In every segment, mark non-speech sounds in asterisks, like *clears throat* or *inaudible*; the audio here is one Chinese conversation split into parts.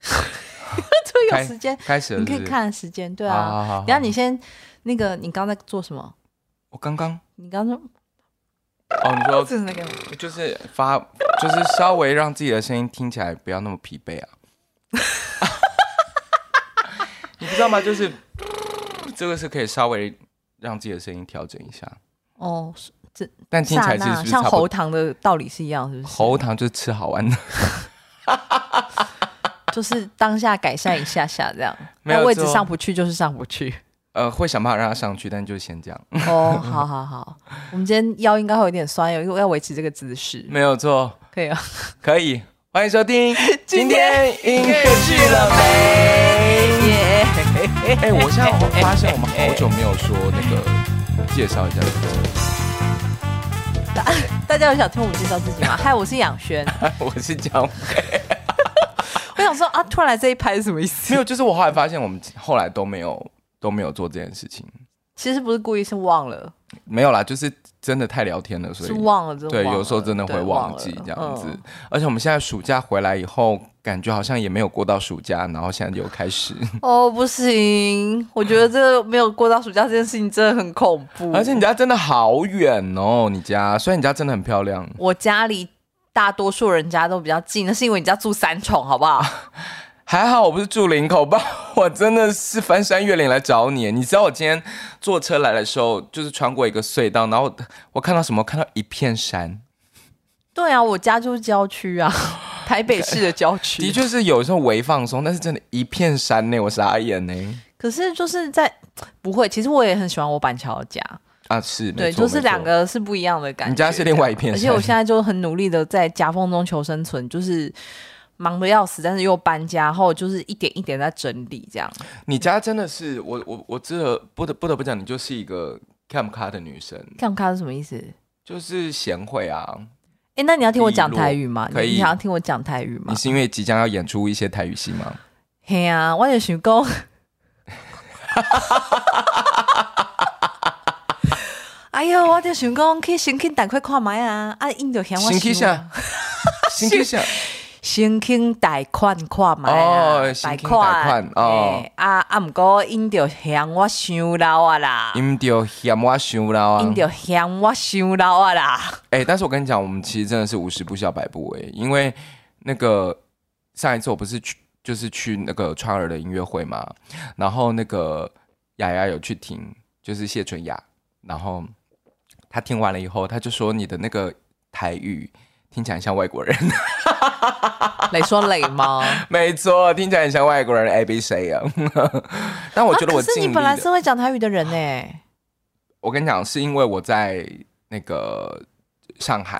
*laughs* 有时间，开始了你是可不是，以看时间，对好。好啊。好好等一下你先那个，你刚刚在做什么？我刚刚你刚刚说哦，你 *laughs* 说是那个吗？就是发，就是稍微让自己的声音听起来不要那么疲惫啊。 *laughs* 你不知道吗？就是 *laughs* 这个是可以稍微让自己的声音调整一下，哦，是但听起刹来其实那是像差不喉多。糖的道理是一样，是不是？喉糖就是吃好玩的， *laughs* 就是当下改善一下下这样。 *laughs* 没有那位置错上不去就是上不去。 *laughs* 呃，会想办法让它上去，但就先这样， *laughs* 哦，好好好，我们今天腰应该会有点酸，因为要维持这个姿势，没有错，可以啊。可以。欢迎收听 *laughs* 今今天天音乐剧了没？ *laughs* 耶、哎、我现在发现我们好久没有说那个介绍一下自己，大家有想听我们介绍自己吗？嗨，我是养轩。哎我是江我想说啊，突然来这一拍是什么意思没？有，就是我后来发现，我们后来都没有都没有做这件事情，其实不是故意，是忘了，没有啦，就是真的太聊天了，所是以忘了，真的对，忘了有时候真的会对忘了记这样子。嗯而且我们现在暑假回来以后，感觉好像也没有过到暑假，然后现在又开始， *laughs* 哦，不行，我觉得这个没有过到暑假这件事情真的很恐怖。而且你家真的好远哦，你家虽然你家真的很漂亮，我家里大多数人家都比较近，那是因为你家住三重，好不好？ *laughs* 还好我不是住林口，不然 *laughs* 我真的是翻山越岭来找你。你知道我今天坐车来的时候，就是穿过一个隧道，然后我我看到什么？看到一片山。对啊，我家就是郊区啊，台北市的郊区。的，确是有时候微放松，但是真的，一片山呢，我傻眼呢。可是就是在不会，其实我也很喜欢我板桥的家，啊，是，没对，错就是两。没个是不一样的感错觉。你家是另外一片而山，且我现在就很努力的在夹缝中求生存，就是忙得要死，但是又搬家后就是一点一点在整理这样。你家真的是我我我这个不得不得不讲，你就是一个 cam 咖的女生，看不看是什么意思？就是贤惠啊。哎，那你要听我讲台语吗？利落可以你想要听我讲台语吗你？是因为即将要演出一些台语戏吗？嘿啊，我也想讲。 *laughs* 哎呦，我就想讲去先去大块看卖啊！啊，因就嫌我新气想象，新 *laughs* 气象，先去贷款看卖啊哦，先去贷款哦嘿啊啊，毋过因就嫌我伤老啊啦，你们丢嫌我羞了啊因！就嫌我伤老啊 *laughs* 啦。哎、但是我跟你讲，我们其实真的是五十步笑百步哎、因为那个上一次我不是去就是去那个川儿的音乐会嘛，然后那个雅雅有去听，就是谢纯雅，然后她听完了以后，她就说你的那个台语听起来很像外国人， *laughs* 你说累吗？没错，听起来很像外国人，A B C 啊。 *laughs* 但我觉得啊可我是尽你力本了。来是会讲台语的人呢、我跟你讲，是因为我在那个上海，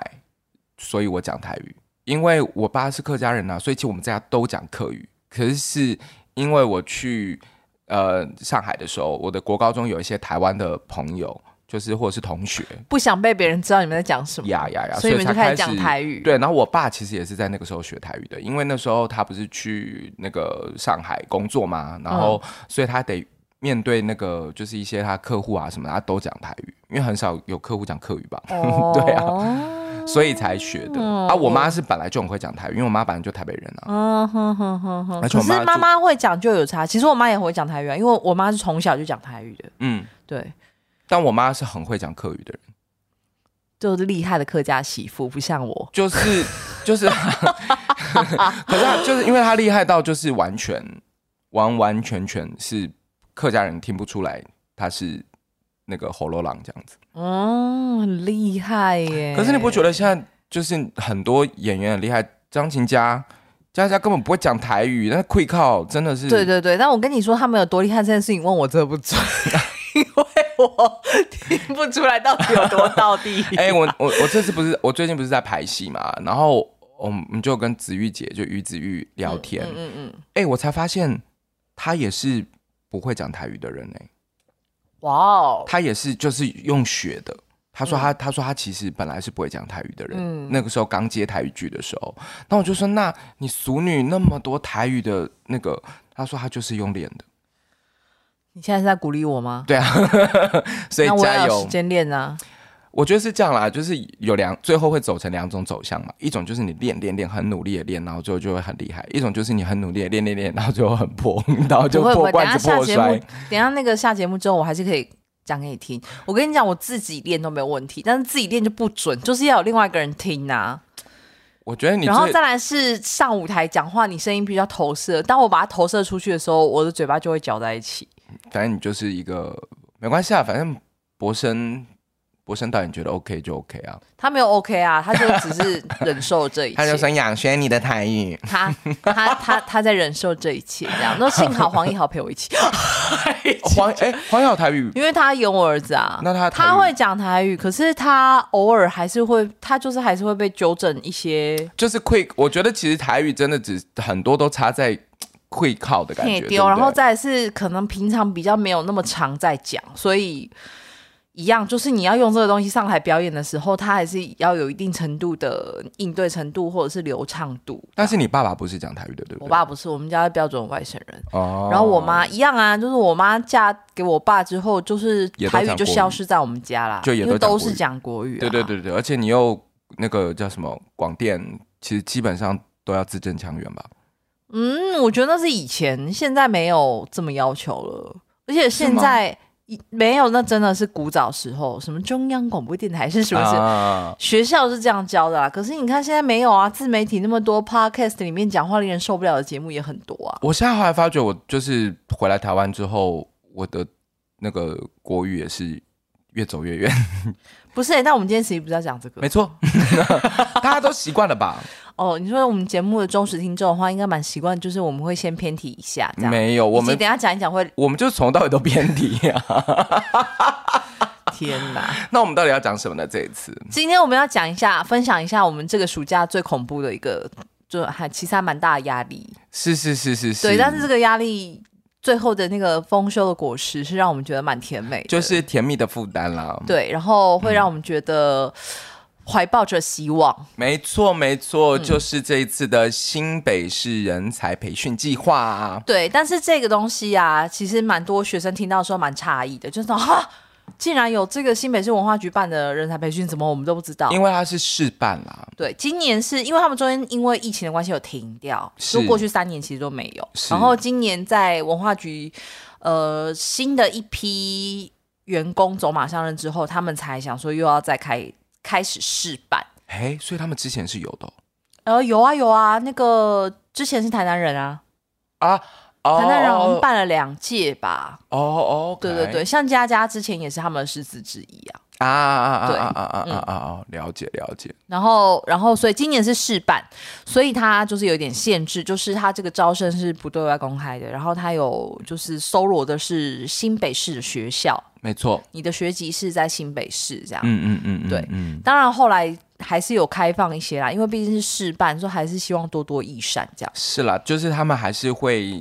所以我讲台语。因为我爸是客家人呐、所以其实我们在家都讲客语。可是是因为我去呃上海的时候，我的国高中有一些台湾的朋友，就是或者是同学，不想被别人知道你们在讲什么，呀呀呀，所以你们就啊才开开始讲台语。，对，然 *laughs* 后我爸其实也是在那个时候学台语的，因为那时候他不是去那个上海工作嘛，然后嗯所以他得面对那个就是一些他客户啊什么的，他都讲台语，因为很少有客户讲客语吧，哦对啊，所以才学的。哦啊，我妈是本来就很会讲台语，因为我妈本来就台北人啊。嗯哼哼哼哼。而可且我是妈妈就妈会讲就有差，其实我妈也会讲台语啊，因为我妈是从小就讲台语的，嗯，对，但我妈是很会讲客语的人，就是厉害的客家媳妇，不像我。就是就是， *laughs* 可是她就是因为她厉害到就是完全完完全全是客家人听不出来她是那个喉咙狼这样子。哦，很厉害耶！可是你不觉得现在就是很多演员很厉害，张琴佳、佳佳根本不会讲台语，那 quick call 真的是对对对，但我跟你说他们有多厉害这件事情，问我真的不准，因为我听不出来到底有多到底。 *laughs* *laughs* 哎、我我我这次不是我最近不是在排戏嘛，然后我们就跟子玉姐就于子玉聊天，哎、嗯嗯嗯，我才发现她也是不会讲台语的人哎、哇哦，她也是就是用学的。她说她她说她其实本来是不会讲台语的人，嗯那个时候刚接台语剧的时候，那我就说那你俗女那么多台语的那个，她说她就是用练的。你现在是在鼓励我吗？对啊，所以那我也加要有油时！间练啊。我觉得是这样啦，就是有两最后会走成两种走向嘛，一种就是你练练练很努力的练，然后最后就会很厉害；一种就是你很努力的练练练，然后最后很破，然 *laughs* 后就不会不破会，等罐一下子下破节目摔。，等一下那个下节目之后，我还是可以讲给你听。我跟你讲，我自己练都没有问题，但是自己练就不准，就是要有另外一个人听呐、我觉得你然后最再来是上舞台讲话，你声音必须要投射。当我把它投射出去的时候，我的嘴巴就会搅在一起。反正你就是一个没关系啊，反正博生博生导演觉得 OK 就 OK 啊，他没有 OK 啊，他就只是忍受这一 *laughs* 他就切。说养轩你的台语，他他他他在忍受这一切，这样。那幸好黄奕豪陪我一起， *laughs* 黄 *laughs* 哎、黄耀台语因为他演我儿子啊。那他台语他会讲台语，可是他偶尔还是会，他就是还是会被纠正一些。就是 quick，我觉得其实台语真的只很多都差在 quick 靠的感也觉，丢，对不哦然后对再来是可能平常比较没有那么常在讲，所以一样就是你要用这个东西上台表演的时候，它还是要有一定程度的应对程度或者是流畅度。但是你爸爸不是讲台语的，对不对？我爸不是我们家的标准外省人，哦，然后我妈一样啊，就是我妈嫁给我爸之后，就是也都台语讲就国语消失在我们家啦，就也因为都讲都国是语讲国语、啊，对对对对，而且你又那个叫什么广电，其实基本上都要字正腔圆吧？嗯，我觉得那是以前，现在没有这么要求了，而且现在以没有，那真的是古早时候，什么中央广播电台是什么是、啊， *laughs* 学校是这样教的啦。可是你看现在没有啊，自媒体那么多，podcast 里面讲话令人受不了的节目也很多啊。我现在后来发觉，我就是回来台湾之后，我的那个国语也是越 *laughs* 走越远。不是、欸，那我们今天其实不是要讲这没个错， *laughs* 大家都习惯了吧？哦。你说我们节目的忠实听众的话，应该蛮习惯，就是我们会先偏题一下，这样。没有，以及我们等一下讲一讲 *laughs* 会，我们就从头到尾都偏题啊。 *laughs* 天哪！那我们到底要讲什么呢？这一次今天我们要讲一下，分享一下我们这个暑假最恐怖的一个，就还其实还蛮大的压力。是是是是是，对，但是这个压力最后的那个丰收的果实是让我们觉得蛮甜美的，就是甜蜜的负担啦。对，然后会让我们觉得怀抱着希望。没错没错，嗯就是这一次的新北市人才培训计划啊。对，但是这个东西啊，其实蛮多学生听到的时候蛮诧异的，就是说哈，竟然有这个新北市文化局办的人才培训，怎么我们都不知道？因为它是试办啦，对，今年是因为他们中间因为疫情的关系有停掉，是就过去三年其实都没有。是然后今年在文化局，呃，新的一批员工走马上任之后，他们才想说又要再开开始试办。哎，所以他们之前是有的哦、呃，有啊有啊，那个之前是台南人啊，啊。哦台南人我们办了两届吧。哦哦，对对对，像佳佳之前也是他们的师资之一啊。啊啊啊对嗯啊啊啊啊啊啊！了解了解，然后，然后，所以今年是试办，所以它就是有点限制，就是它这个招生是不对外公开的。然后它有就是搜罗的是新北市的学校，没错，你的学籍是在新北市这样。嗯嗯嗯，嗯对嗯，当然后来还是有开放一些啦，因为毕竟是试办，所以还是希望多多益善这样。是啦，就是他们还是会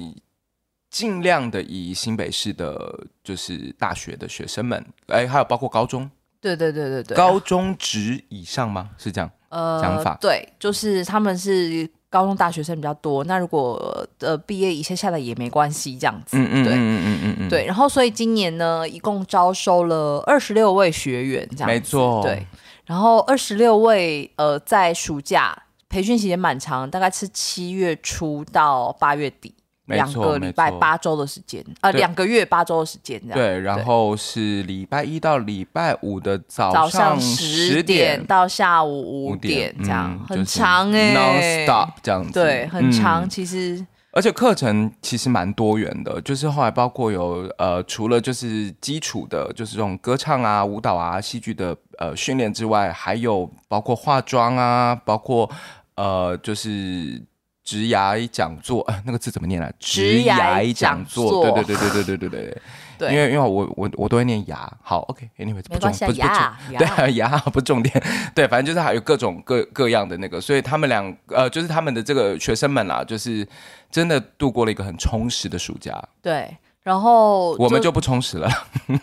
尽量的以新北市的，就是大学的学生们，哎，还有包括高中，对对对对对，高中职以上吗？是这样，讲法呃，对，就是他们是高中大学生比较多，那如果呃毕业一下下来也没关系这样子。嗯嗯嗯对嗯嗯嗯嗯，对，然后所以今年呢，一共招收了二十六位学员，这样没子错对，然后二十六位呃，在暑假培训期间蛮长，大概是七月初到八月底，没两错个礼拜没错八周的时间，呃，对两个月八周的时间这样。对，然后是礼拜一到礼拜五的早早上十十点到下午五点这样，嗯很长哎、 ，non stop 这样子，对，很长。嗯其实而且课程其实蛮多元的，就是后来包括有呃，除了就是基础的，就是这种歌唱啊、舞蹈啊、戏剧的呃训练之外，还有包括化妆啊，包括呃，就是。职涯讲座，呃，那个字怎么念来？职涯讲座对对对对对对对对。对因为因为我我我都会念牙，好，OK，anyway，、不没重关系啊不，不重牙 *laughs* 对牙啊，牙不重点，对，反正就是还有各种各各样的那个，所以他们两呃，就是他们的这个学生们啦、就是真的度过了一个很充实的暑假，对，然后我们就不充实了， *laughs*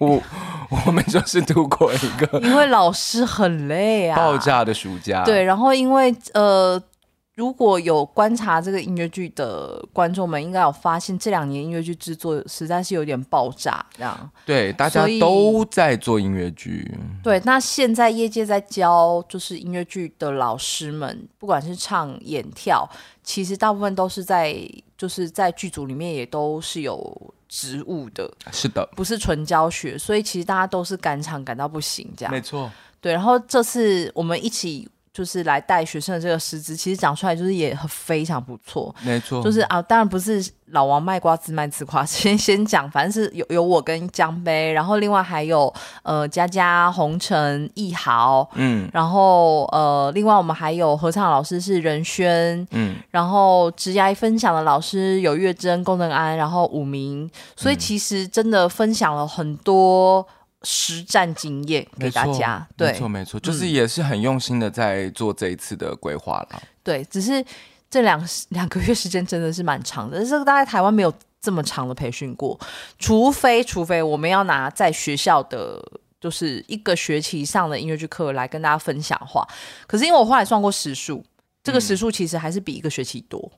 我我们就是度过了 *laughs* 一个因为老师很累啊，爆炸的暑假，对，然后因为呃，如果有观察这个音乐剧的观众们，应该有发现这两年音乐剧制作实在是有点爆炸，这样。对，大家所以都在做音乐剧，对，那现在业界在教就是音乐剧的老师们，不管是唱、演、跳，其实大部分都是在就是在剧组里面也都是有职务的，是的，不是纯教学，所以其实大家都是赶场赶到不行这样。错，对，然后这次我们一起就是来带学生的这个师资，其实讲出来就是也很非常不错。没错，就是啊，当然不是老王卖瓜自卖自夸， *laughs* 先先讲，反正是有有我跟江杯，然后另外还有呃佳佳、红尘、易豪，嗯然后呃另外我们还有合唱老师是任轩，嗯，然后职涯分享的老师有月珍、龚能安，然后武明，所嗯以其实真的分享了很多实战经验给没大错家，没对嗯错没错，就是也是很用心的在做这一次的规划啦。对，只是这两两个月时间真的是蛮长的，这个大概台湾没有这么长的培训过，除非除非我们要拿在学校的。就是一个学期上的音乐剧课来跟大家分享的话，可是因为我后来算过时数，这个嗯时数其实还是比一个学期多。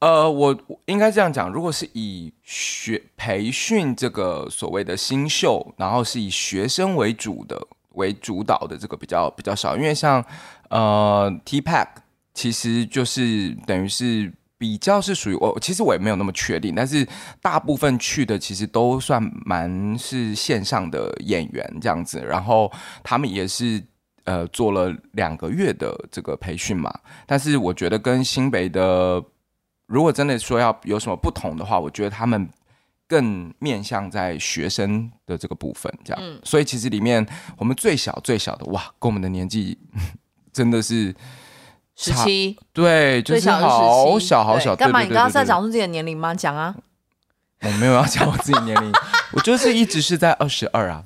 呃，我我应该这样讲，如果是以学培训这个所谓的新秀，然后是以学生为主的为主导的这个比较比较少，因为像呃 TPAC 其实就是等于是。比较是属于我，其实我也没有那么确定，但是大部分去的其实都算蛮是线上的演员这样子，然后他们也是呃做了两个月的这个培训嘛，但是我觉得跟新北的如果真的说要有什么不同的话，我觉得他们更面向在学生的这个部分，这样。嗯所以其实里面我们最小最小的，哇，跟我们的年纪真的是十差七、对，就最是小是好十七，小好小。对干嘛？对你刚刚是在？对对对讲述自己的年龄吗？讲啊，对我没有要讲我自己年龄， *laughs* 我就是一直是在二十二啊。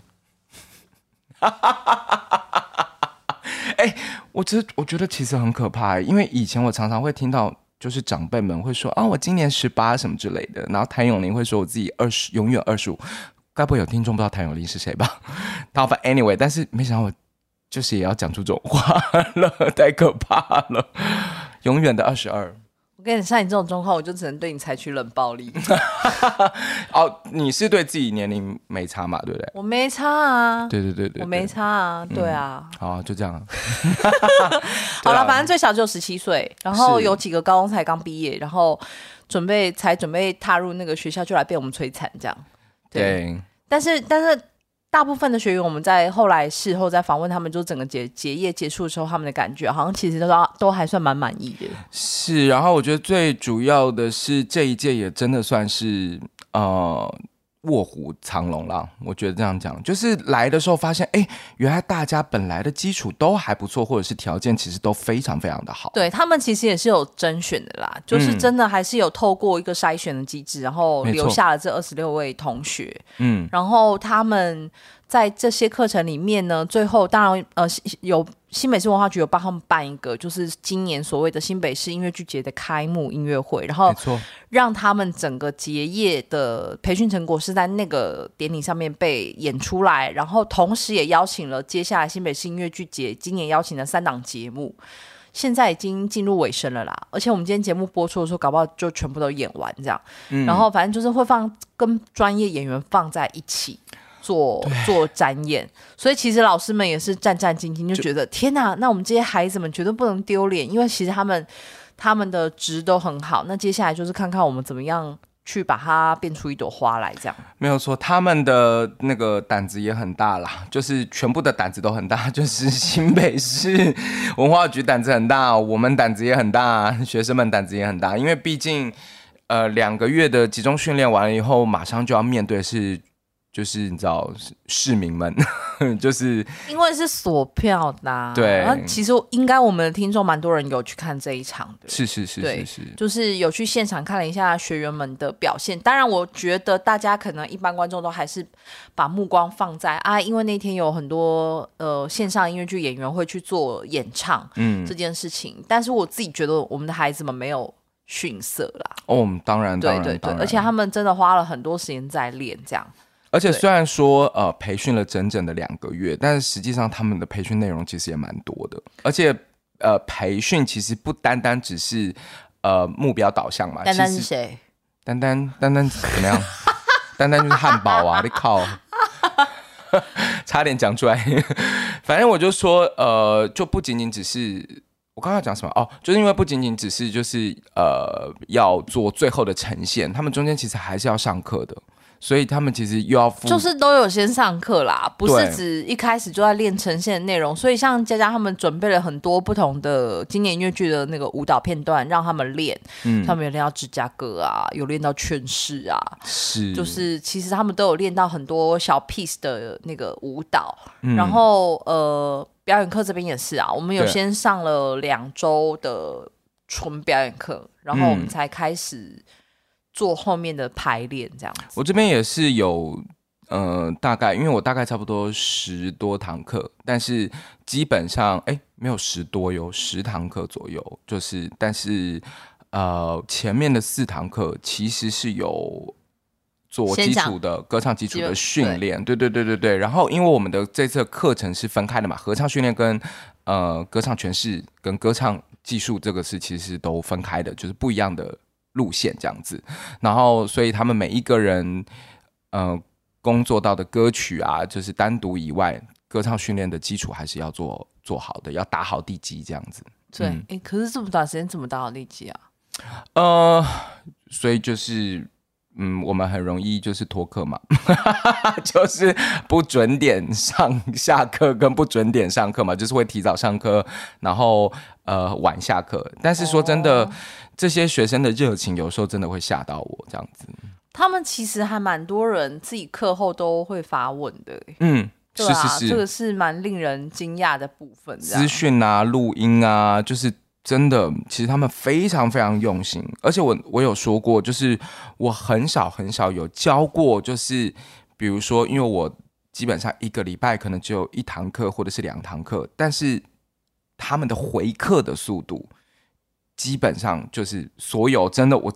*laughs* 哎、我这我觉得其实很可怕、欸因为以前我常常会听到，就是长辈们会说啊，我今年十八什么之类的，然后谭咏麟会说我自己二十，永远二十五。该不会有听众不知道谭咏麟是谁吧？ *laughs* 但反 anyway，但是没想到我就是也要讲出这种话了， *laughs* 太可怕了，永远的二十二。我跟你像你这种状况，我就只能对你采取冷暴 *laughs* 力。哦，你是对自己年龄没差嘛，对不对？我没差啊，对对对对，我没对。嗯差啊，对啊。好，就这样。好对啊了，反正最小只有十七岁，然后是有几个高中才刚毕业，然后准备才准备踏入那个学校，就来被我们摧残这样。对，但是但是大部分的学员，我们在后来事后在访问他们，就整个结结业结束的时候，他们的感觉好像其实都都还算蛮满意的。是。然后我觉得最主要的是这一届也真的算是呃卧虎藏龙啦，我觉得这样讲，就是来的时候发现，哎，原来大家本来的基础都还不错，或者是条件其实都非常非常的好。 *laughs* 对他们其实也是有甄选的啦，就是真的还是有透过一个筛选的机制，然后没错留下了这二十六位同学。嗯，然后他们在这些课程里面呢，最后当然呃西有新北市文化局有帮他们办一个，就是今年所谓的新北市音乐剧节的开幕音乐会，然后没错。让他们整个结业的培训成果是在那个典礼上面被演出来，然后同时也邀请了接下来新北市音乐剧节今年邀请的三档节目。现在已经进入尾声了啦，而且我们今天节目播出的时候，搞不好就全部都演完这样。嗯然后反正就是会放跟专业演员放在一起做做展演，所以其实老师们也是战战兢兢，就觉得天哪，那我们这些孩子们绝对不能丢脸，因为其实他们他们的值都很好，那接下来就是看看我们怎么样去把它变出一朵花来，这样。没有错，他们的那个胆子也很大啦， *laughs* 就是全部的胆子都很大， *laughs* 就是新北市文化局胆子很大，我们胆子也很大， *laughs* 学生们胆子也很大，因为毕竟呃两个月的集中训练完了以后，马上就要面对是就是你知道市市民们， *laughs* 就是因为是锁票的啊、对那其实应该我们的听众蛮多人有去看这一场的，是是是对是是，就是有去现场看了一下学员们的表现。当然，我觉得大家可能一般观众都还是把目光放在啊，因为那天有很多呃线上音乐剧演员会去做演唱嗯这，件事情，但是我自己觉得我们的孩子们没有逊色啦，哦，当然当对然对对当，然而且他们真的花了很多时间在练这样。而且对虽然说呃培训了整整的两个月，但是实际上他们的培训内容其实也蛮多的，而且呃培训其实不单单只是呃目标导向嘛，丹丹其是实谁？丹丹丹丹怎么样？丹丹就是汉堡啊！你靠， *laughs* 差点讲出来。反正我就说，呃，就不仅仅只是我刚刚讲什么哦，就是因为不仅仅只是就是呃要做最后的呈现，他们中间其实还是要上课的，所以他们其实又要付就是都有先上课啦，不嗯对是指一开始就在练呈现的内容。所以像佳佳他们准备了很多不同的经典音乐剧的那个舞蹈片段，让他们练。嗯他们有练到芝加哥啊，有练到劝世啊，是就是其实他们都有练到很多小 piece 的那个舞蹈。嗯然后呃，表演课这边也是啊，我们有对先上了两周的纯表演课，然后我们嗯才开始做后面的排练这样子。我这边也是有，呃，大概因为我大概差不多十多堂课，但是基本上哎、诶没有十多有十堂课左右，就是但是呃前面的四堂课其实是有。做先基讲础的歌唱基础基本的训练，对对对对对。然后，因为我们的这次的课程是分开的嘛，合唱训练跟呃歌唱诠释跟歌唱技术这个是其实都分开的，就是不一样的路线这样子。然后，所以他们每一个人，呃，工作到的歌曲啊，就是单独以外，歌唱训练的基础还是要做做好的，要打好地基这样子。对，哎嗯、可是这么短时间怎么打好地基啊？呃，所以就是，嗯，我们很容易就是脱课嘛， *laughs* 就是不准点上下课跟不准点上课嘛，就是会提早上课，然后呃晚下课。但是说真的，哦这些学生的热情有时候真的会吓到我这样子。他们其实还蛮多人自己课后都会发问的、诶嗯，对是啊，是是，这个是蛮令人惊讶的部分。这样资讯啊、录音啊，就是真的，其实他们非常非常用心。而且我我有说过，就是我很少很少有教过，就是比如说，因为我基本上一个礼拜可能只有一堂课或者是两堂课，但是他们的回课的速度，基本上就是所有真的我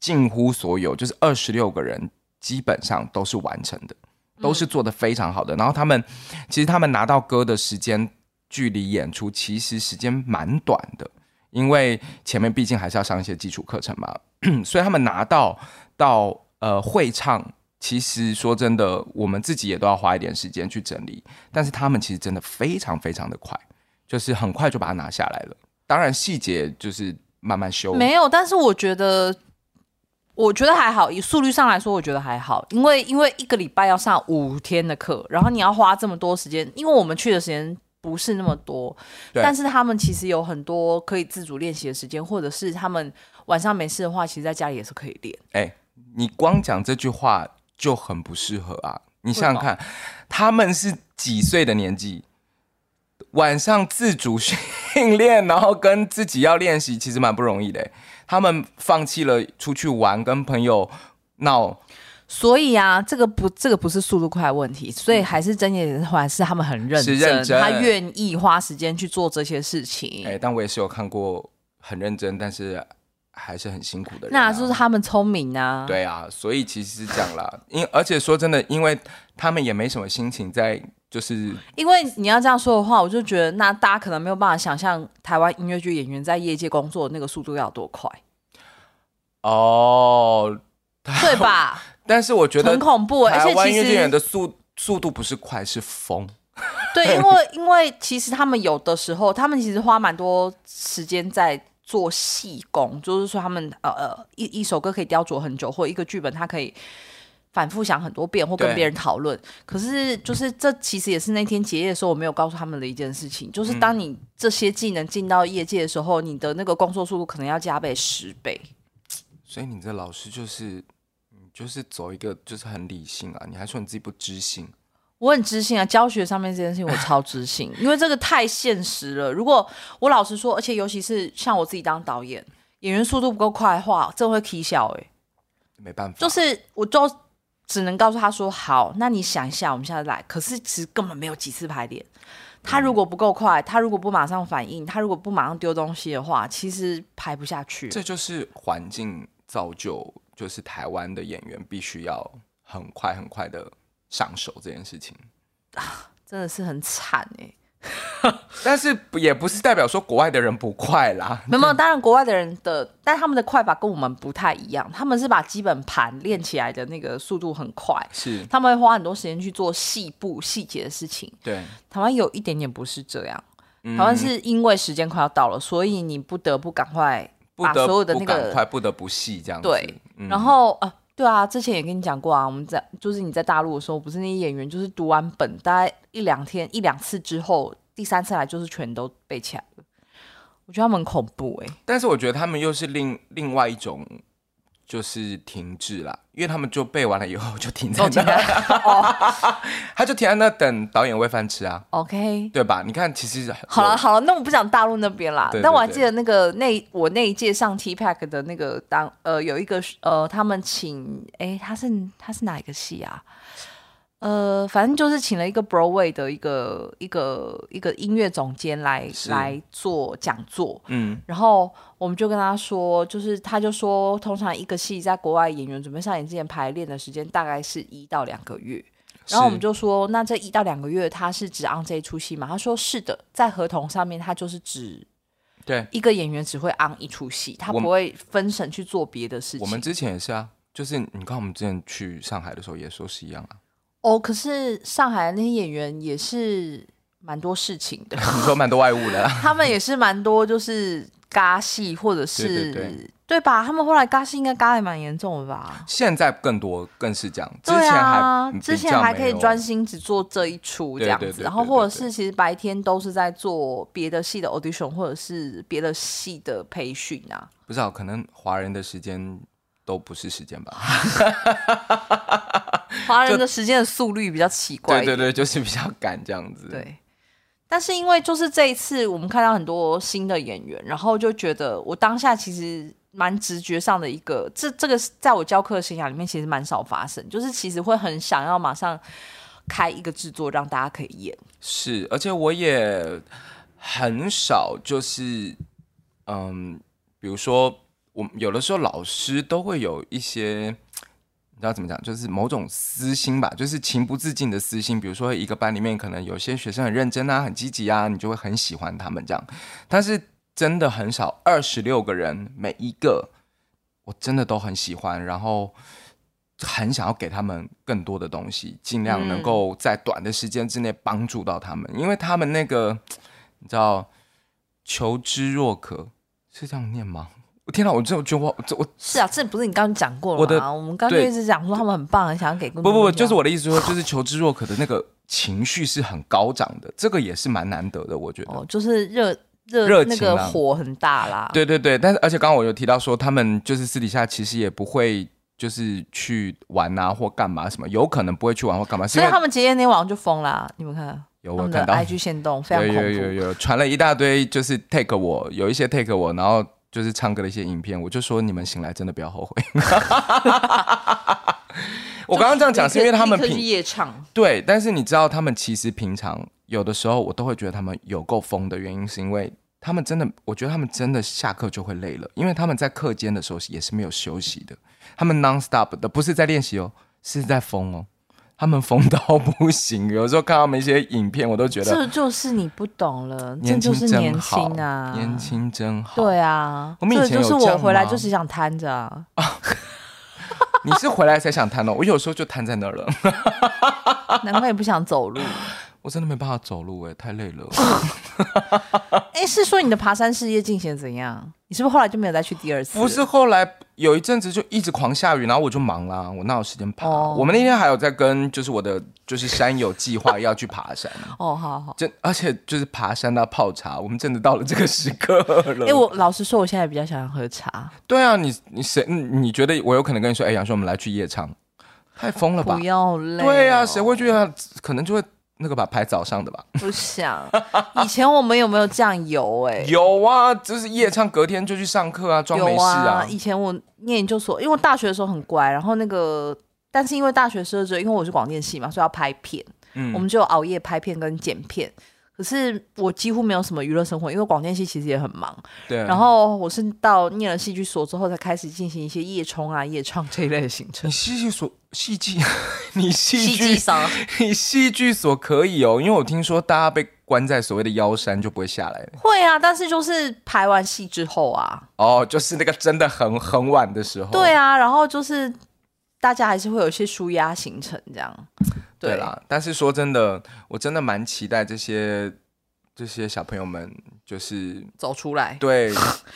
近乎所有，就是二十六个人基本上都是完成的。都是做的非常好的，然后他们其实他们拿到歌的时间距离演出其实时间蛮短的，因为前面毕竟还是要上一些基础课程嘛， *clears throat* 所以他们拿到到呃会唱，其实说真的，我们自己也都要花一点时间去整理，但是他们其实真的非常非常的快，就是很快就把它拿下来了。当然细节就是慢慢修，没有，但是我觉得，我觉得还好，以速率上来说，我觉得还好，因为因为一个礼拜要上五天的课，然后你要花这么多时间，因为我们去的时间。不是那么多，对但是他们其实有很多可以自主练习的时间，或者是他们晚上没事的话，其实在家里也是可以练。哎、你光讲这句话就很不适合啊！你想想为什看，他们是几岁的年纪？晚上自主训练，然后跟自己要练习，其实蛮不容易的欸。他们放弃了出去玩，跟朋友闹，所以啊，这个不，这个不是速度快的问题，所以还是真也还是他们很认真，嗯是认真他愿意花时间去做这些事情。哎、但我也是有看过很认真，但是还是很辛苦的人、啊。那就是他们聪明啊。对啊，所以其实是这样啦。 *laughs* 因而且说真的，因为他们也没什么心情在，就是因为你要这样说的话，我就觉得那大家可能没有办法想象台湾音乐剧演员在业界工作的那个速度要多 *laughs* 快，哦。对吧？但是我觉得很恐怖，欸而台且湾其音乐剧演员实的速速度不是快是疯，对，因为 *laughs* 因为其实他们有的时候，他们其实花蛮多时间在。做细工，就是说他们呃呃一一首歌可以雕琢很久，或一个剧本它可以反复想很多遍，或跟对别人讨论。可是就是这其实也是那天结业的时候，我没有告诉他们的一件事情，就是当你这些技能进到业界的时候，你的那个工作速度可能要加倍十倍。所以你这老师就是你就是走一个就是很理性啊，你还说你自己不知性，我很知性啊，教学上面这件事情我超知性，因为这个太现实了。如果我老实说，而且尤其是像我自己当导演，演员速度不够快的话，真的会踢笑哎、没办法，就是我就只能告诉他说，好，那你想一下，我们下次来。可是其实根本没有几次排练。他如果不够快，他如果不马上反应，他如果不马上丢东西的话，其实排不下去。这就是环境造就，就是台湾的演员必须要很快很快的上手这件事情。真的是很惨哎、但是也不是代表说国外的人不快啦。没有没有，当然国外的人的，但他们的快法跟我们不太一样，他们是把基本盘练起来的那个速度很快，是，他们会花很多时间去做细部细节的事情。对，台湾有一点点不是这样，嗯台湾是因为时间快要到了，所以你不得不赶快不把得所有的不那个赶快，不得不细这样子。对嗯然后啊，对啊，之前也跟你讲过啊，我们在就是你在大陆的时候，不是那些演员就是读完本，大概一两天一两次之后，第三次来就是全都背起来了。我觉得他们很恐怖哎、但是我觉得他们又是另另外一种，就是停滞啦，因为他们就背完了以后就停在哦，那，今天他就停在那等导演喂饭吃啊， OK，对吧？你看，其实好了好了，那我不讲大陆那边啦。对对但我还对记得那个那我那一届上 T Pack 的那个当呃有一个呃他们请诶，他是他是哪一个戏啊？呃，反正就是请了一个 Broadway 的一个一个一个音乐总监来是来做讲座，嗯，然后我们就跟他说，就是他就说，通常一个戏在国外演员准备上演之前排练的时间大概是一到两个月。然后我们就说，那这一到两个月他是只 on 这一出戏吗？他说是的，在合同上面他就是只是对，一个演员只会 on 一出戏，他我们不会分神去做别的事情。我们之前也是啊，就是你看我们之前去上海的时候也说是一样啊，哦，可是上海那些演员也是蛮多事情的， *laughs* 你说蛮多外物的啊，他们也是蛮多就是尬戏或者对是对对吧？他们后来尬戏应该尬的蛮严重的吧？现在更多更是这样，之对前还、啊，之前还可以专心，心只做这一出这样对对对子，对然后或者对对是其实白天都是在做别的戏的 audition 或者是别的戏的培训啊。不知道可能华人的时间都不是时间吧。华人的时间的速率比较奇 *laughs* 怪对一对点，对，就是比较赶这样子。，对但是因为就是这一次我们看到很多新的演员，然后就觉得我当下其实蛮直觉上的一个，这这个是在我教课生涯里面其实蛮少发生，就是其实会很想要马上开一个制作让大家可以演。是，而且我也很少，就是嗯，比如说，我们有的时候老师都会有一些，你知道怎么讲，就是某种私心吧，就是情不自禁的私心。比如说，一个班里面可能有些学生很认真啊，很积极啊，你就会很喜欢他们这样。但是真的很少，二十六个人，每一个我真的都很喜欢，然后很想要给他们更多的东西，尽量能嗯够在短的时间之内帮助到他们，因为他们那个你知道求知若渴是这样念吗？我天哪，我这句话，我这我是啊，这不是你刚刚讲过我了的吗？我们刚刚就对一直讲说他们很棒，很想嗯要给不不不不，就是我的意思说，就是求知若渴的那个情绪是很高涨的，这个也是蛮难得的，我觉得。哦，啊就是热热热那情个啦火很大啦。对对对，但是而且刚刚我有提到说，他们就是私底下其实也不会就是去玩啊或干嘛什么，有可能不会去玩或干嘛，是所因以为他们今天那天晚上就疯啦，你们看有他我们看的到 IG 线动非常有恐有有怖，有传了一大堆，就是 take 我有一些 take 我，然后就是唱歌的一些影片，我就说你们醒来真的不要 *laughs* 后悔。 *laughs* 我刚刚这样讲是因为他们立刻立刻平去夜唱，对，但是你知道，他们其实平常有的时候，我都会觉得他们有够疯的原因，是因为他们真的，我觉得他们真的下课就会累了，因为他们在课间的时候也是没有休息的，他们 non stop 的，不是在练习哦，是在疯哦，他们疯 *laughs* 到不行。有时候看他们一些影片，我都觉得这就是你不懂了，这年就轻是年真好轻啊，年。轻真好。对啊，我们以这前就有是这我样回来吗就只想瘫着啊，你是回来才想瘫哦，我有时候就瘫在那儿了， *laughs* 难怪也不想走路。 *laughs* 我真的没办法走路哎、太累了。哎，是说你的爬山事业进行得怎样？你是不是后来就没有再去第二次？不是，后来有一阵子就一直狂下雨，然后我就忙啦，我哪有时间爬？哦我们那天还有在跟就是我的就是山友计划要去爬山，哦，好好。真而且就是爬山到泡茶，我们真的到了这个时刻了。 *laughs* 哎，我老实说，我现在比较想要喝茶，对啊，你你谁嗯你觉得我有可能跟你说，哎、杨叔，我们来去夜唱，太疯了吧不？要累。哦对啊，谁会去啊？可能就会那个吧，排早上的吧。不 *laughs* 想。以前我们有没有这样游、欸？哎，有啊，就是夜唱，隔天就去上课啊，装没事啊。啊以前我念研究所，因为我大学的时候很乖，然后那个，但是因为大学时候，因为我是广电系嘛，所以要拍片，嗯我们就有熬夜拍片跟剪片。可是我几乎没有什么娱乐生活，因为广电系其实也很忙。对，啊然后我是到念了戏剧所之后，才开始进行一些夜冲啊、夜唱这一类的行程你。戏剧所 *laughs* 戏剧，你戏戏剧剧上 *laughs* 你戏剧所可以哦，因为我听说大家被关在所谓的妖山就不会下来了。会啊，但是就是排完戏之后啊，哦，就是那个真的很很晚的时候。对啊，然后就是大家还是会有一些舒压行程这样。对啦，但是说真的，我真的蛮期待这些这些小朋友们，就是走出来。 *laughs* 对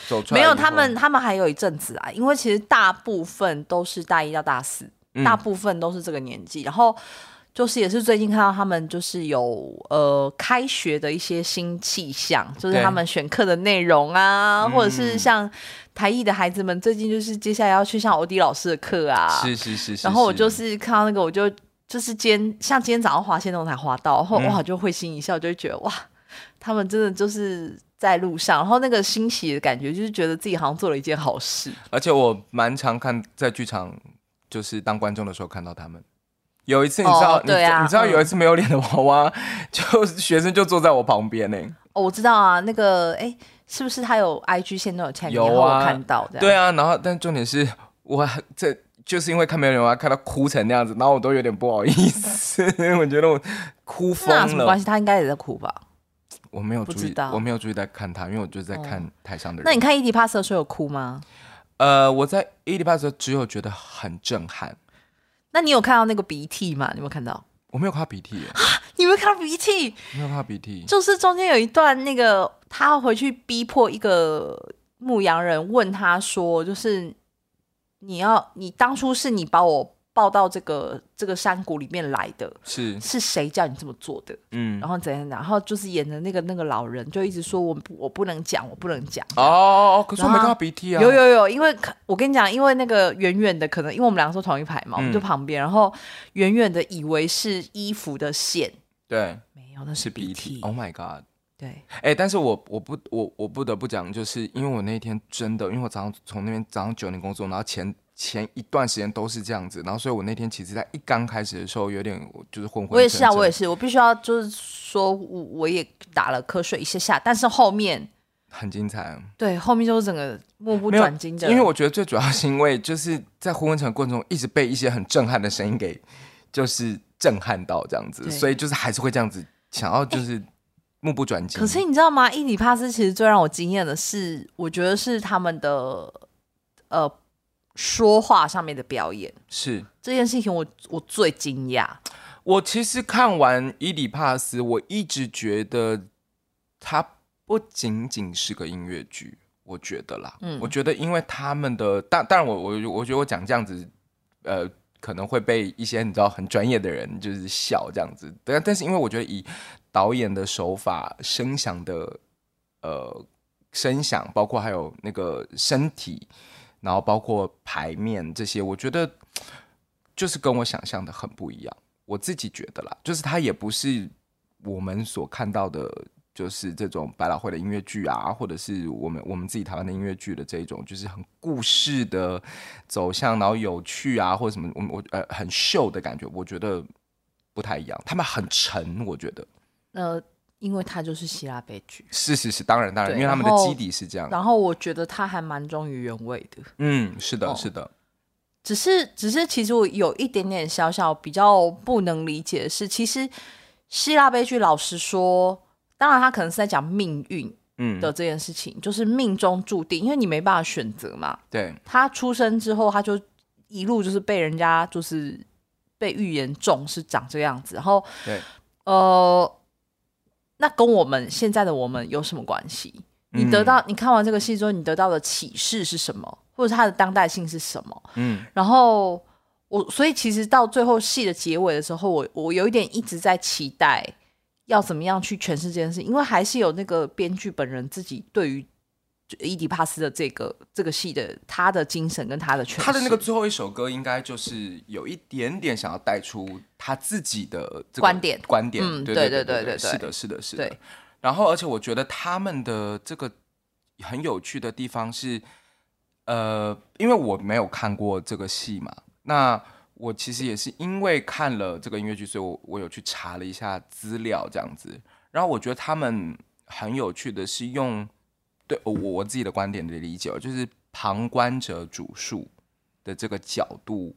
走出没来以后。有，他们他们还有一阵子啊，因为其实大部分都是大一到大四，嗯大部分都是这个年纪。然后就是也是最近看到他们就是有呃开学的一些新气象，就是对他们选课的内容啊，或者是嗯像台艺的孩子们最近就是接下来要去上欧迪老师的课啊，是是是是。然后我就是看到那个，我就就是今天像今天早上滑线动才滑到，然后嗯哇就会心一笑，就会觉得哇，他们真的就是在路上，然后那个欣喜的感觉，就是觉得自己好像做了一件好事。而且我蛮常看在剧场，就是当观众的时候看到他们。有一次你知道，哦对啊你知道嗯有一次没有脸的娃娃，就学生就坐在我旁边呢、欸哦，我知道啊，那个哎，是不是他有 IG 线动有 tag 你有啊然后我看到这样。对啊，然后但重点是我这就是因为看没有脸娃娃看到哭成那样子，然后我都有点不好意思， *laughs* 我觉得我哭那有什疯么关了。系？他应该也在哭吧？我没有不注知意道，哦我没有注意在看他，因为我就是在看台上的那人。你看 ED Pass 的时候有哭吗？呃，我在伊迪巴的时候只有觉得很震撼，那你有看到那个鼻涕吗？你有没有看到？我没有看到鼻涕耶，你有没有看到鼻涕？没有看到鼻涕。就是中间有一段那个他回去逼迫一个牧羊人问他说，就是你要你当初是你把我抱到这个这个山谷里面来的，是，是谁叫你这么做的？嗯然，后怎样怎样，然后就是演的那个那个老人就一直说我不我不能讲，我不能讲。哦，可是我没然后看到鼻涕啊。有有有，因为可我跟你讲，因为那个远远的，可能因为我们两个坐同一排嘛，我们嗯就旁边，然后远远的以为是衣服的线，对，没有，那是是鼻鼻涕涕。。 Oh my god！对，哎、但是我我不我我不得不讲，就是因为我那天真的，因为我早上从那边早上九点工作，然后前前一段时间都是这样子，然后所以我那天其实在一刚开始的时候有点就是混混我也是啊，我也是是，我必须要就是说我我也打了瞌睡一下下，但是后面很精彩。啊对后面就是整个目不没有转睛的，因为我觉得最主要是因为就是在昏昏沉的过程中，一直被一些很震撼的声音给就是震撼到这样子，对所以就是还是会这样子想要就是目不转睛。可是你知道吗？伊里帕斯其实最让我惊艳的是，我觉得是他们的呃说话上面的表演是这件事情我，我最惊讶。我其实看完伊里帕斯，我一直觉得它不仅仅是个音乐剧，我觉得啦，嗯我觉得因为他们的，当当然我我我觉得我讲这样子，呃，可能会被一些你知道很专业的人就是笑这样子，但但是因为我觉得以导演的手法、声响的呃声响，包括还有那个身体，然后包括牌面这些，我觉得就是跟我想象的很不一样。我自己觉得啦，就是它也不是我们所看到的，就是这种百老汇的音乐剧啊，或者是我们我们自己台湾的音乐剧的这一种，就是很故事的走向，然后有趣啊，或者什么，我我呃很秀的感觉，我觉得不太一样。他们很沉，我觉得呃，因为它就是希腊悲剧，是是是，当然当然，对因为他们然的后基底是这样。然后我觉得它还蛮忠于原味的。嗯，是的，哦是的，只是，只是，其实我有一点点小小比较不能理解的是，其实希腊悲剧，老实说，当然他可能是在讲命运嗯，的这件事情，就是命中注定，因为你没办法选择嘛。对，他出生之后，他就一路就是被人家就是被预言中是长这样子，然后对呃，那跟我们现在的我们有什么关系？你得嗯到、你看完这个戏之后，你得到的启示是什么，或者是它的当代性是什么？嗯，然后我，所以其实到最后戏的结尾的时候，我我有一点一直在期待要怎么样去诠释这件事，因为还是有那个编剧本人自己对于就伊迪帕斯的这个这个戏的他的精神跟他的诠释，他的那个最后一首歌应该就是有一点点想要带出他自己的这个观点观点，嗯对对对对对对对对是的，是的，是的对。然后，而且我觉得他们的这个很有趣的地方是，呃，因为我没有看过这个戏嘛，那我其实也是因为看了这个音乐剧，所以我我有去查了一下资料，这样子。然后我觉得他们很有趣的是用对我我自己的观点的理解哦，就是旁观者主述的这个角度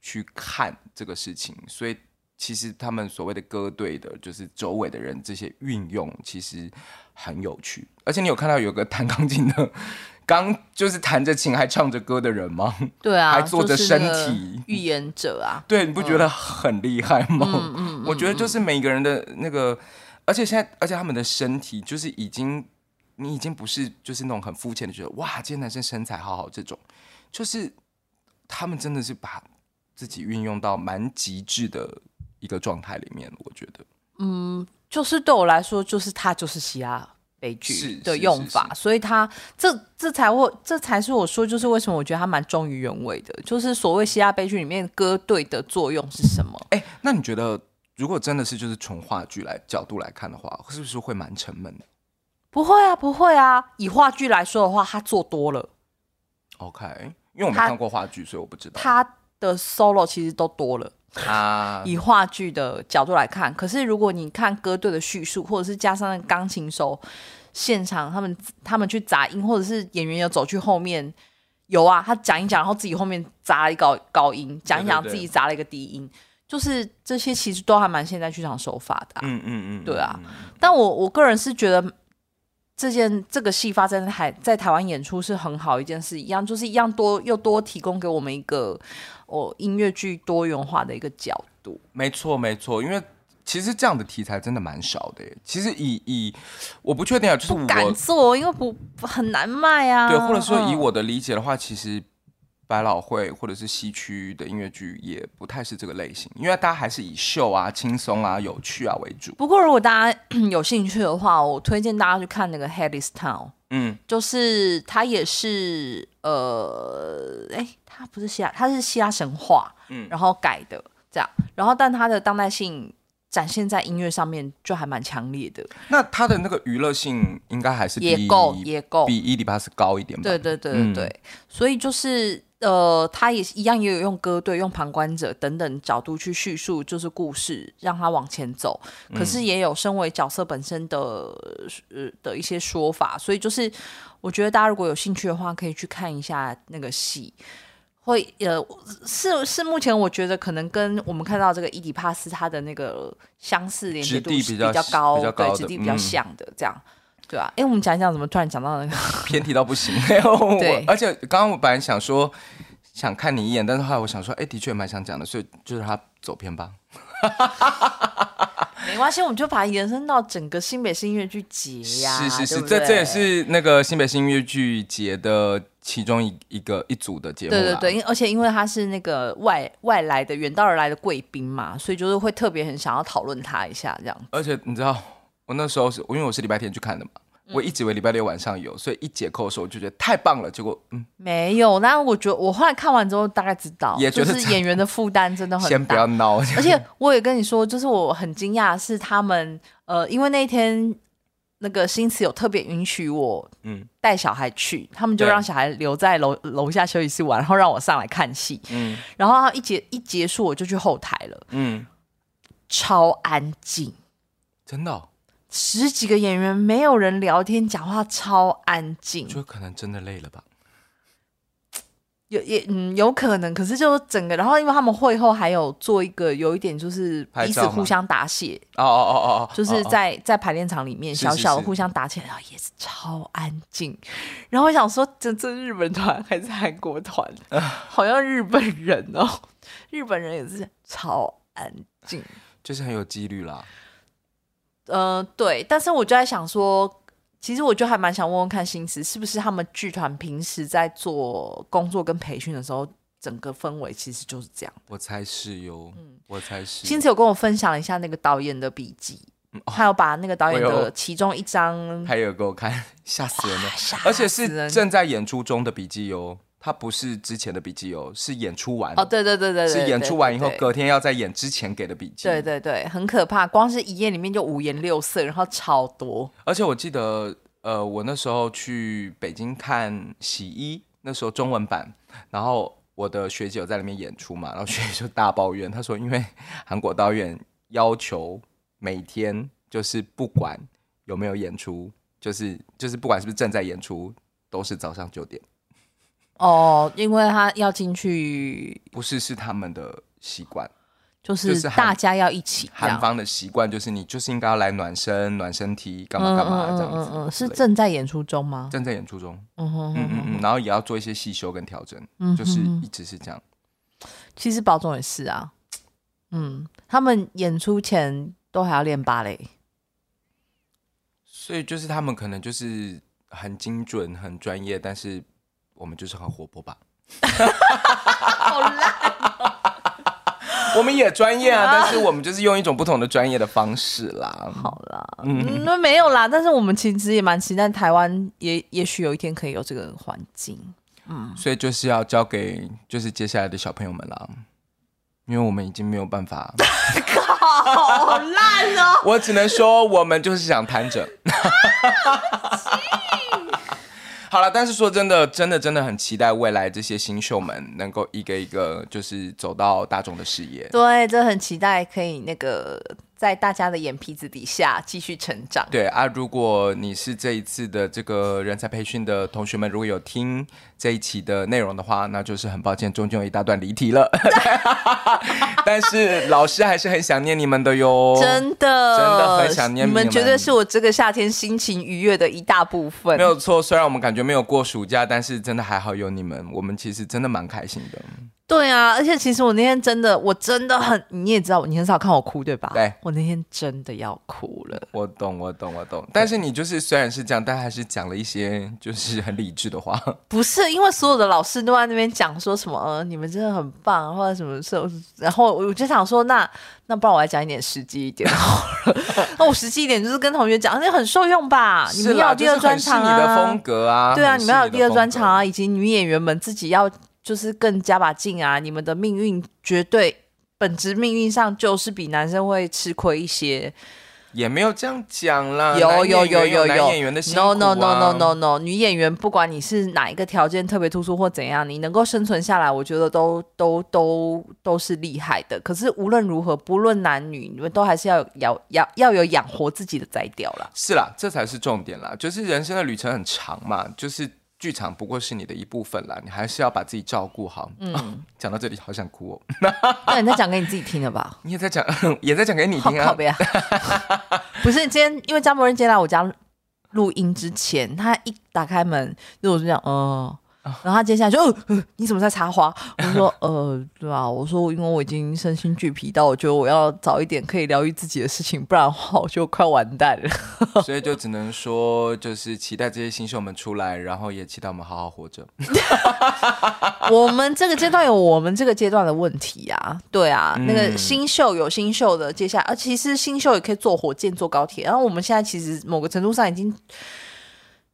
去看这个事情，所以其实他们所谓的歌队的，就是周围的人这些运用，其实很有趣。而且你有看到有个弹钢琴的， *laughs* 刚就是弹着琴还唱着歌的人吗？对啊，还做着就是那身体个 *laughs* 预言者啊，对，你不觉得很厉害吗？嗯 *laughs* 我觉得就是每个人的那个，而且现在，而且他们的身体就是已经，你已经不是就是那种很肤浅的觉得哇，这些男生身材好好这种，就是他们真的是把自己运用到蛮极致的一个状态里面，我觉得。就是对我来说，就是它就是希腊悲剧是的是用是法，所以它这这才会这才是我说，就是为什么我觉得它蛮忠于原味的，就是所谓希腊悲剧里面歌队的作用是什么？哎、那你觉得如果真的是就是从话剧来角度来看的话，是不是会蛮沉闷的不会啊，不会啊，以话剧来说的话，他做多了， ？OK，因为我没他看过话剧，所以我不知道。他的 solo 其实都多了。啊，以话剧的角度来看，可是如果你看歌队的叙述，或者是加上那个钢琴手现场他们他们去杂音，或者是演员有走去后面，有啊，他讲一讲，然后自己后面砸了一个高音，讲一讲对对自己砸了一个低音，就是这些其实都还蛮现代剧场手法的啊、嗯嗯嗯，对啊嗯，嗯但我我个人是觉得这件这个戏发生在台在台湾演出是很好一件事，一样就是一样多又多提供给我们一个哦音乐剧多元化的一个角度。没错，没错，因为其实这样的题材真的蛮少的耶。其实以以我不确定啊，就是我不敢做，因为不不很难卖啊。对，或者说以嗯我的理解的话，其实百老汇或者是西区的音乐剧也不太是这个类型，因为大家还是以秀啊、轻松啊、有趣啊为主。不过如果大家 *clears throat* 有兴趣的话，我推荐大家去看那个《Hades Town》，嗯，就是它也是呃，哎，它不是希腊，它是希腊神话，嗯然后改的这样，然后但它的当代性展现在音乐上面就还蛮强烈的，那它的那个娱乐性应该还是比也够也够，比伊迪巴斯高一点吧？对对对对嗯对，所以就是呃，他也是一样也有用歌队、用旁观者等等角度去叙述，就是故事让他往前走。可嗯是也有身为角色本身的呃的一些说法，所以就是我觉得大家如果有兴趣的话，可以去看一下那个戏。会呃是是目前我觉得可能跟我们看到这个伊底帕斯他的那个相似连接质度地是比较较高，比较高对的质地比较嗯像的、这样，对啊。哎，我们讲一讲怎么突然讲到那个偏题到不行。没有 *laughs* 我对而且刚刚我本来想说想看你一眼，但是后来我想说，哎、的确蛮想讲的，所以就是他走偏吧。没关系，我们就把它延伸到整个新北市音乐剧节呀、是是是，对不这对这也是那个新北新音乐剧节的其中一一个一组的节目对啦对对，，因而且因为他是那个外外来的远道而来的贵宾嘛，所以就是会特别很想要讨论他一下这样。而且你知道，我那时候是因为我是礼拜天去看的嘛，我一直以为礼拜六晚上有，所以一解扣的时候我就觉得太棒了，结果嗯，没有，那我觉得我后来看完之后大概知道，也就觉得是演员的负担真的很大。先不要闹，而且我也跟你说，就是我很惊讶的是他们呃，因为那一天那个新词有特别允许我嗯带小孩去，他们就对让小孩留在楼楼下休息室玩，然后让我上来看戏。嗯然后一结一结束，我就去后台了，嗯，超安静，真的哦、十几个演员没有人聊天讲话，超安静。就可能真的累了吧。有也嗯有可能，可是就整个，然后因为他们会后还有做一个有一点就是拍彼此照吗互相答谢，哦哦哦哦哦，就是哦哦在在排练场里面是小小的是互相打起来，然后也是超安静。然后我想说，这这日本团还是韩国 *laughs* 团，好像日本人哦，日本人也是超安静。就是很有几率啦。呃，对，但是我就在想说，其实我就还蛮想问问看心思，是不是他们剧团平时在做工作跟培训的时候，整个氛围其实就是这样。我猜是哟，我猜嗯是。嗯心思有跟我分享一下那个导演的笔记，他有把那个导演我的有其中一张还有给我看， *laughs* 吓死人了！吓而且死人是正在演出中的笔记哦，它不是之前的笔记哦，是演出完，哦，对对对对对，是演对出完以后对隔天要在演之前给的笔记。对对对，很可怕，光是一页里面就五颜六色，然后超多。而且我记得，呃，我那时候去北京看洗衣，那时候中文版，然后我的学姐有在里面演出嘛，然后学姐就大抱怨，她说因为韩国导演要求每天就是不管有没有演出，就是就是不管是不是正在演出，都是早上九点，哦，因为他要进去，不是是他们的习惯。就是就是韩大家要一起这韩样。方的习惯就是你就是应该要来暖身、暖身体，干嘛干嘛这样子。嗯嗯，是对正在演出中吗？正在演出中，嗯哼嗯哼嗯哼，嗯，然后也要做一些细修跟调整，嗯就是哼哼一直是这样。其实宝总也是啊，嗯，他们演出前都还要练芭蕾，所以就是他们可能就是很精准、很专业，但是我们就是很活 *laughs* 泼吧。好啦，我们也专业啊，但是我们就是用一种不同的专业的方式啦。 *laughs* 好啦，嗯，那没有啦，但是我们其实也蛮期待台湾也也许有一天可以有这个环境，所以就是要交给就是接下来的小朋友们啦，因为我们已经没有办法，哦好烂哦，我只能说我们就是想瘫着。好了，但是说真的，真的真的很期待未来这些新秀们能够一个一个就是走到大众的视野。 *laughs* 对，真的很期待可以那个在大家的眼皮子底下继续成长。对啊，如果你是这一次的这个人才培训的同学们，如果有听这一期的内容的话，那就是很抱歉，中间有一大段离题 *laughs* 了。但是老师还是很想念你们的哟。真的，真的很想念你们，你们绝对是我这个夏天心情愉悦的一大部分。没有错，虽然我们感觉没有过暑假，但是真的还好有你们，我们其实真的蛮开心的。对啊，而且其实我那天真的，我真的很，你也知道，你很少看我哭，对吧？对我那天真的要哭了。我懂，我懂，我懂。但是你就是虽然是这样，但还是讲了一些就是很理智的话。 *laughs* 不是因为所有的老师都在那边讲说什么，呃，你们真的很棒，或者什么事，然后我就想说，那那不然我来讲一点实际一点好 *laughs* 了。那我实际一点就是跟同学讲，那很受用吧？你是们啦要有第二就是专很是场你的啊，风格啊，对啊，很你是们要有的第二风专格场啊，以及女演员们自己要就是更加把劲啊，你们的命运绝对本质命运上就是比男生会吃亏一些。也没有这样讲啦，有男演有员有有有男有演员的辛苦、啊、 No no no no no no，女演员不管你是哪一个条件特别突出或怎样，你能够生存下来，我觉得都都都都是厉害的。可是无论如何，不论男女，你们都还是要有要要要有养活自己的摘掉啦。是啦，这才是重点啦，就是人生的旅程很长嘛，就是剧场不过是你的一部分啦，你还是要把自己照顾好。嗯，讲到这里好想哭哦，。*laughs* 那你再讲给你自己听了吧你也在讲， *laughs* 也在讲给你好听靠啊，别、啊， *laughs* 不是今天，因为张博仁今天来我家录音之前，他一打开门，就我就讲，哦、然后他接下来就、呃呃，你怎么在插花？我就说，呃，对啊，我说因为我已经身心俱疲到，我觉得我要早一点可以疗愈自己的事情，不然的话我就快完蛋了。所以就只能说，就是期待这些新秀们出来，然后也期待我们好好活着。 *laughs* 我们这个阶段有我们这个阶段的问题啊，对啊，嗯那个新秀有新秀的，接下来，啊，其实新秀也可以坐火箭、坐高铁，然后我们现在其实某个程度上已经，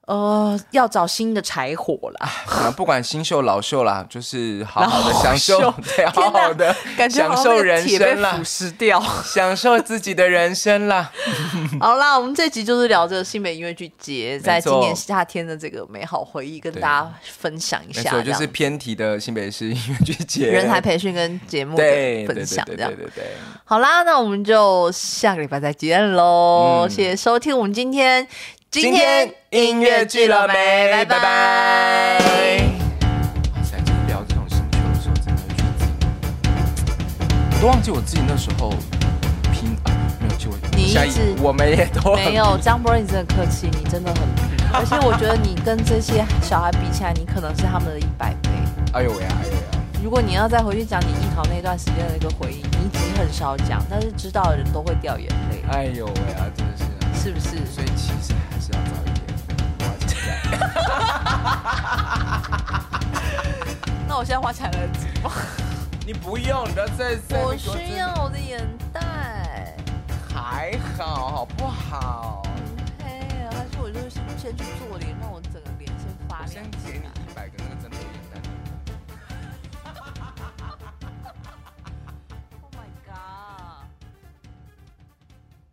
呃，要找新的柴火啦，啊，不管新秀老秀啦，就是好好的老享受秀，对，好 *laughs* 天哪好的感觉好 *laughs* 像享受那个人铁被生啦腐，蚀掉。享受自己的人生啦。 *laughs* 好啦，我们这集就是聊着新北音乐剧节在今年没错夏天的这个美好回忆，跟对大家分享一没下，错，就这是样偏题的新北市音乐剧节，人才培训跟节目的对分享，对这对样对。对对对。好啦，那我们就下个礼拜再见喽！嗯谢谢收听我们今天今天音乐剧了没？拜拜拜。哇塞，就是聊这种星球的时候，真的会觉得自己，我都忘记我自己那时候拼啊，没有，就我你一下直我们也都很没有张博仁，你真的客气，你真 *laughs* 的很，而且我觉得你跟这些小孩比起来，你可能是他们的一百倍。哎呦喂啊，哎呦喂啊！如果你要再回去讲你艺考那段时间的一个回忆，你只是很少讲，但是知道的人都会掉眼泪，哎呦喂啊，真的是啊，是不是？所以其实还是要早一点，我要起来。那我现在花起来来得及吗？ *laughs* 你不用，你不要再再我那个需要我的眼袋。还好好不好？嘿，还是我就是先去做脸，让我整个脸先发我亮先给起你来。一百个那个真的。Oh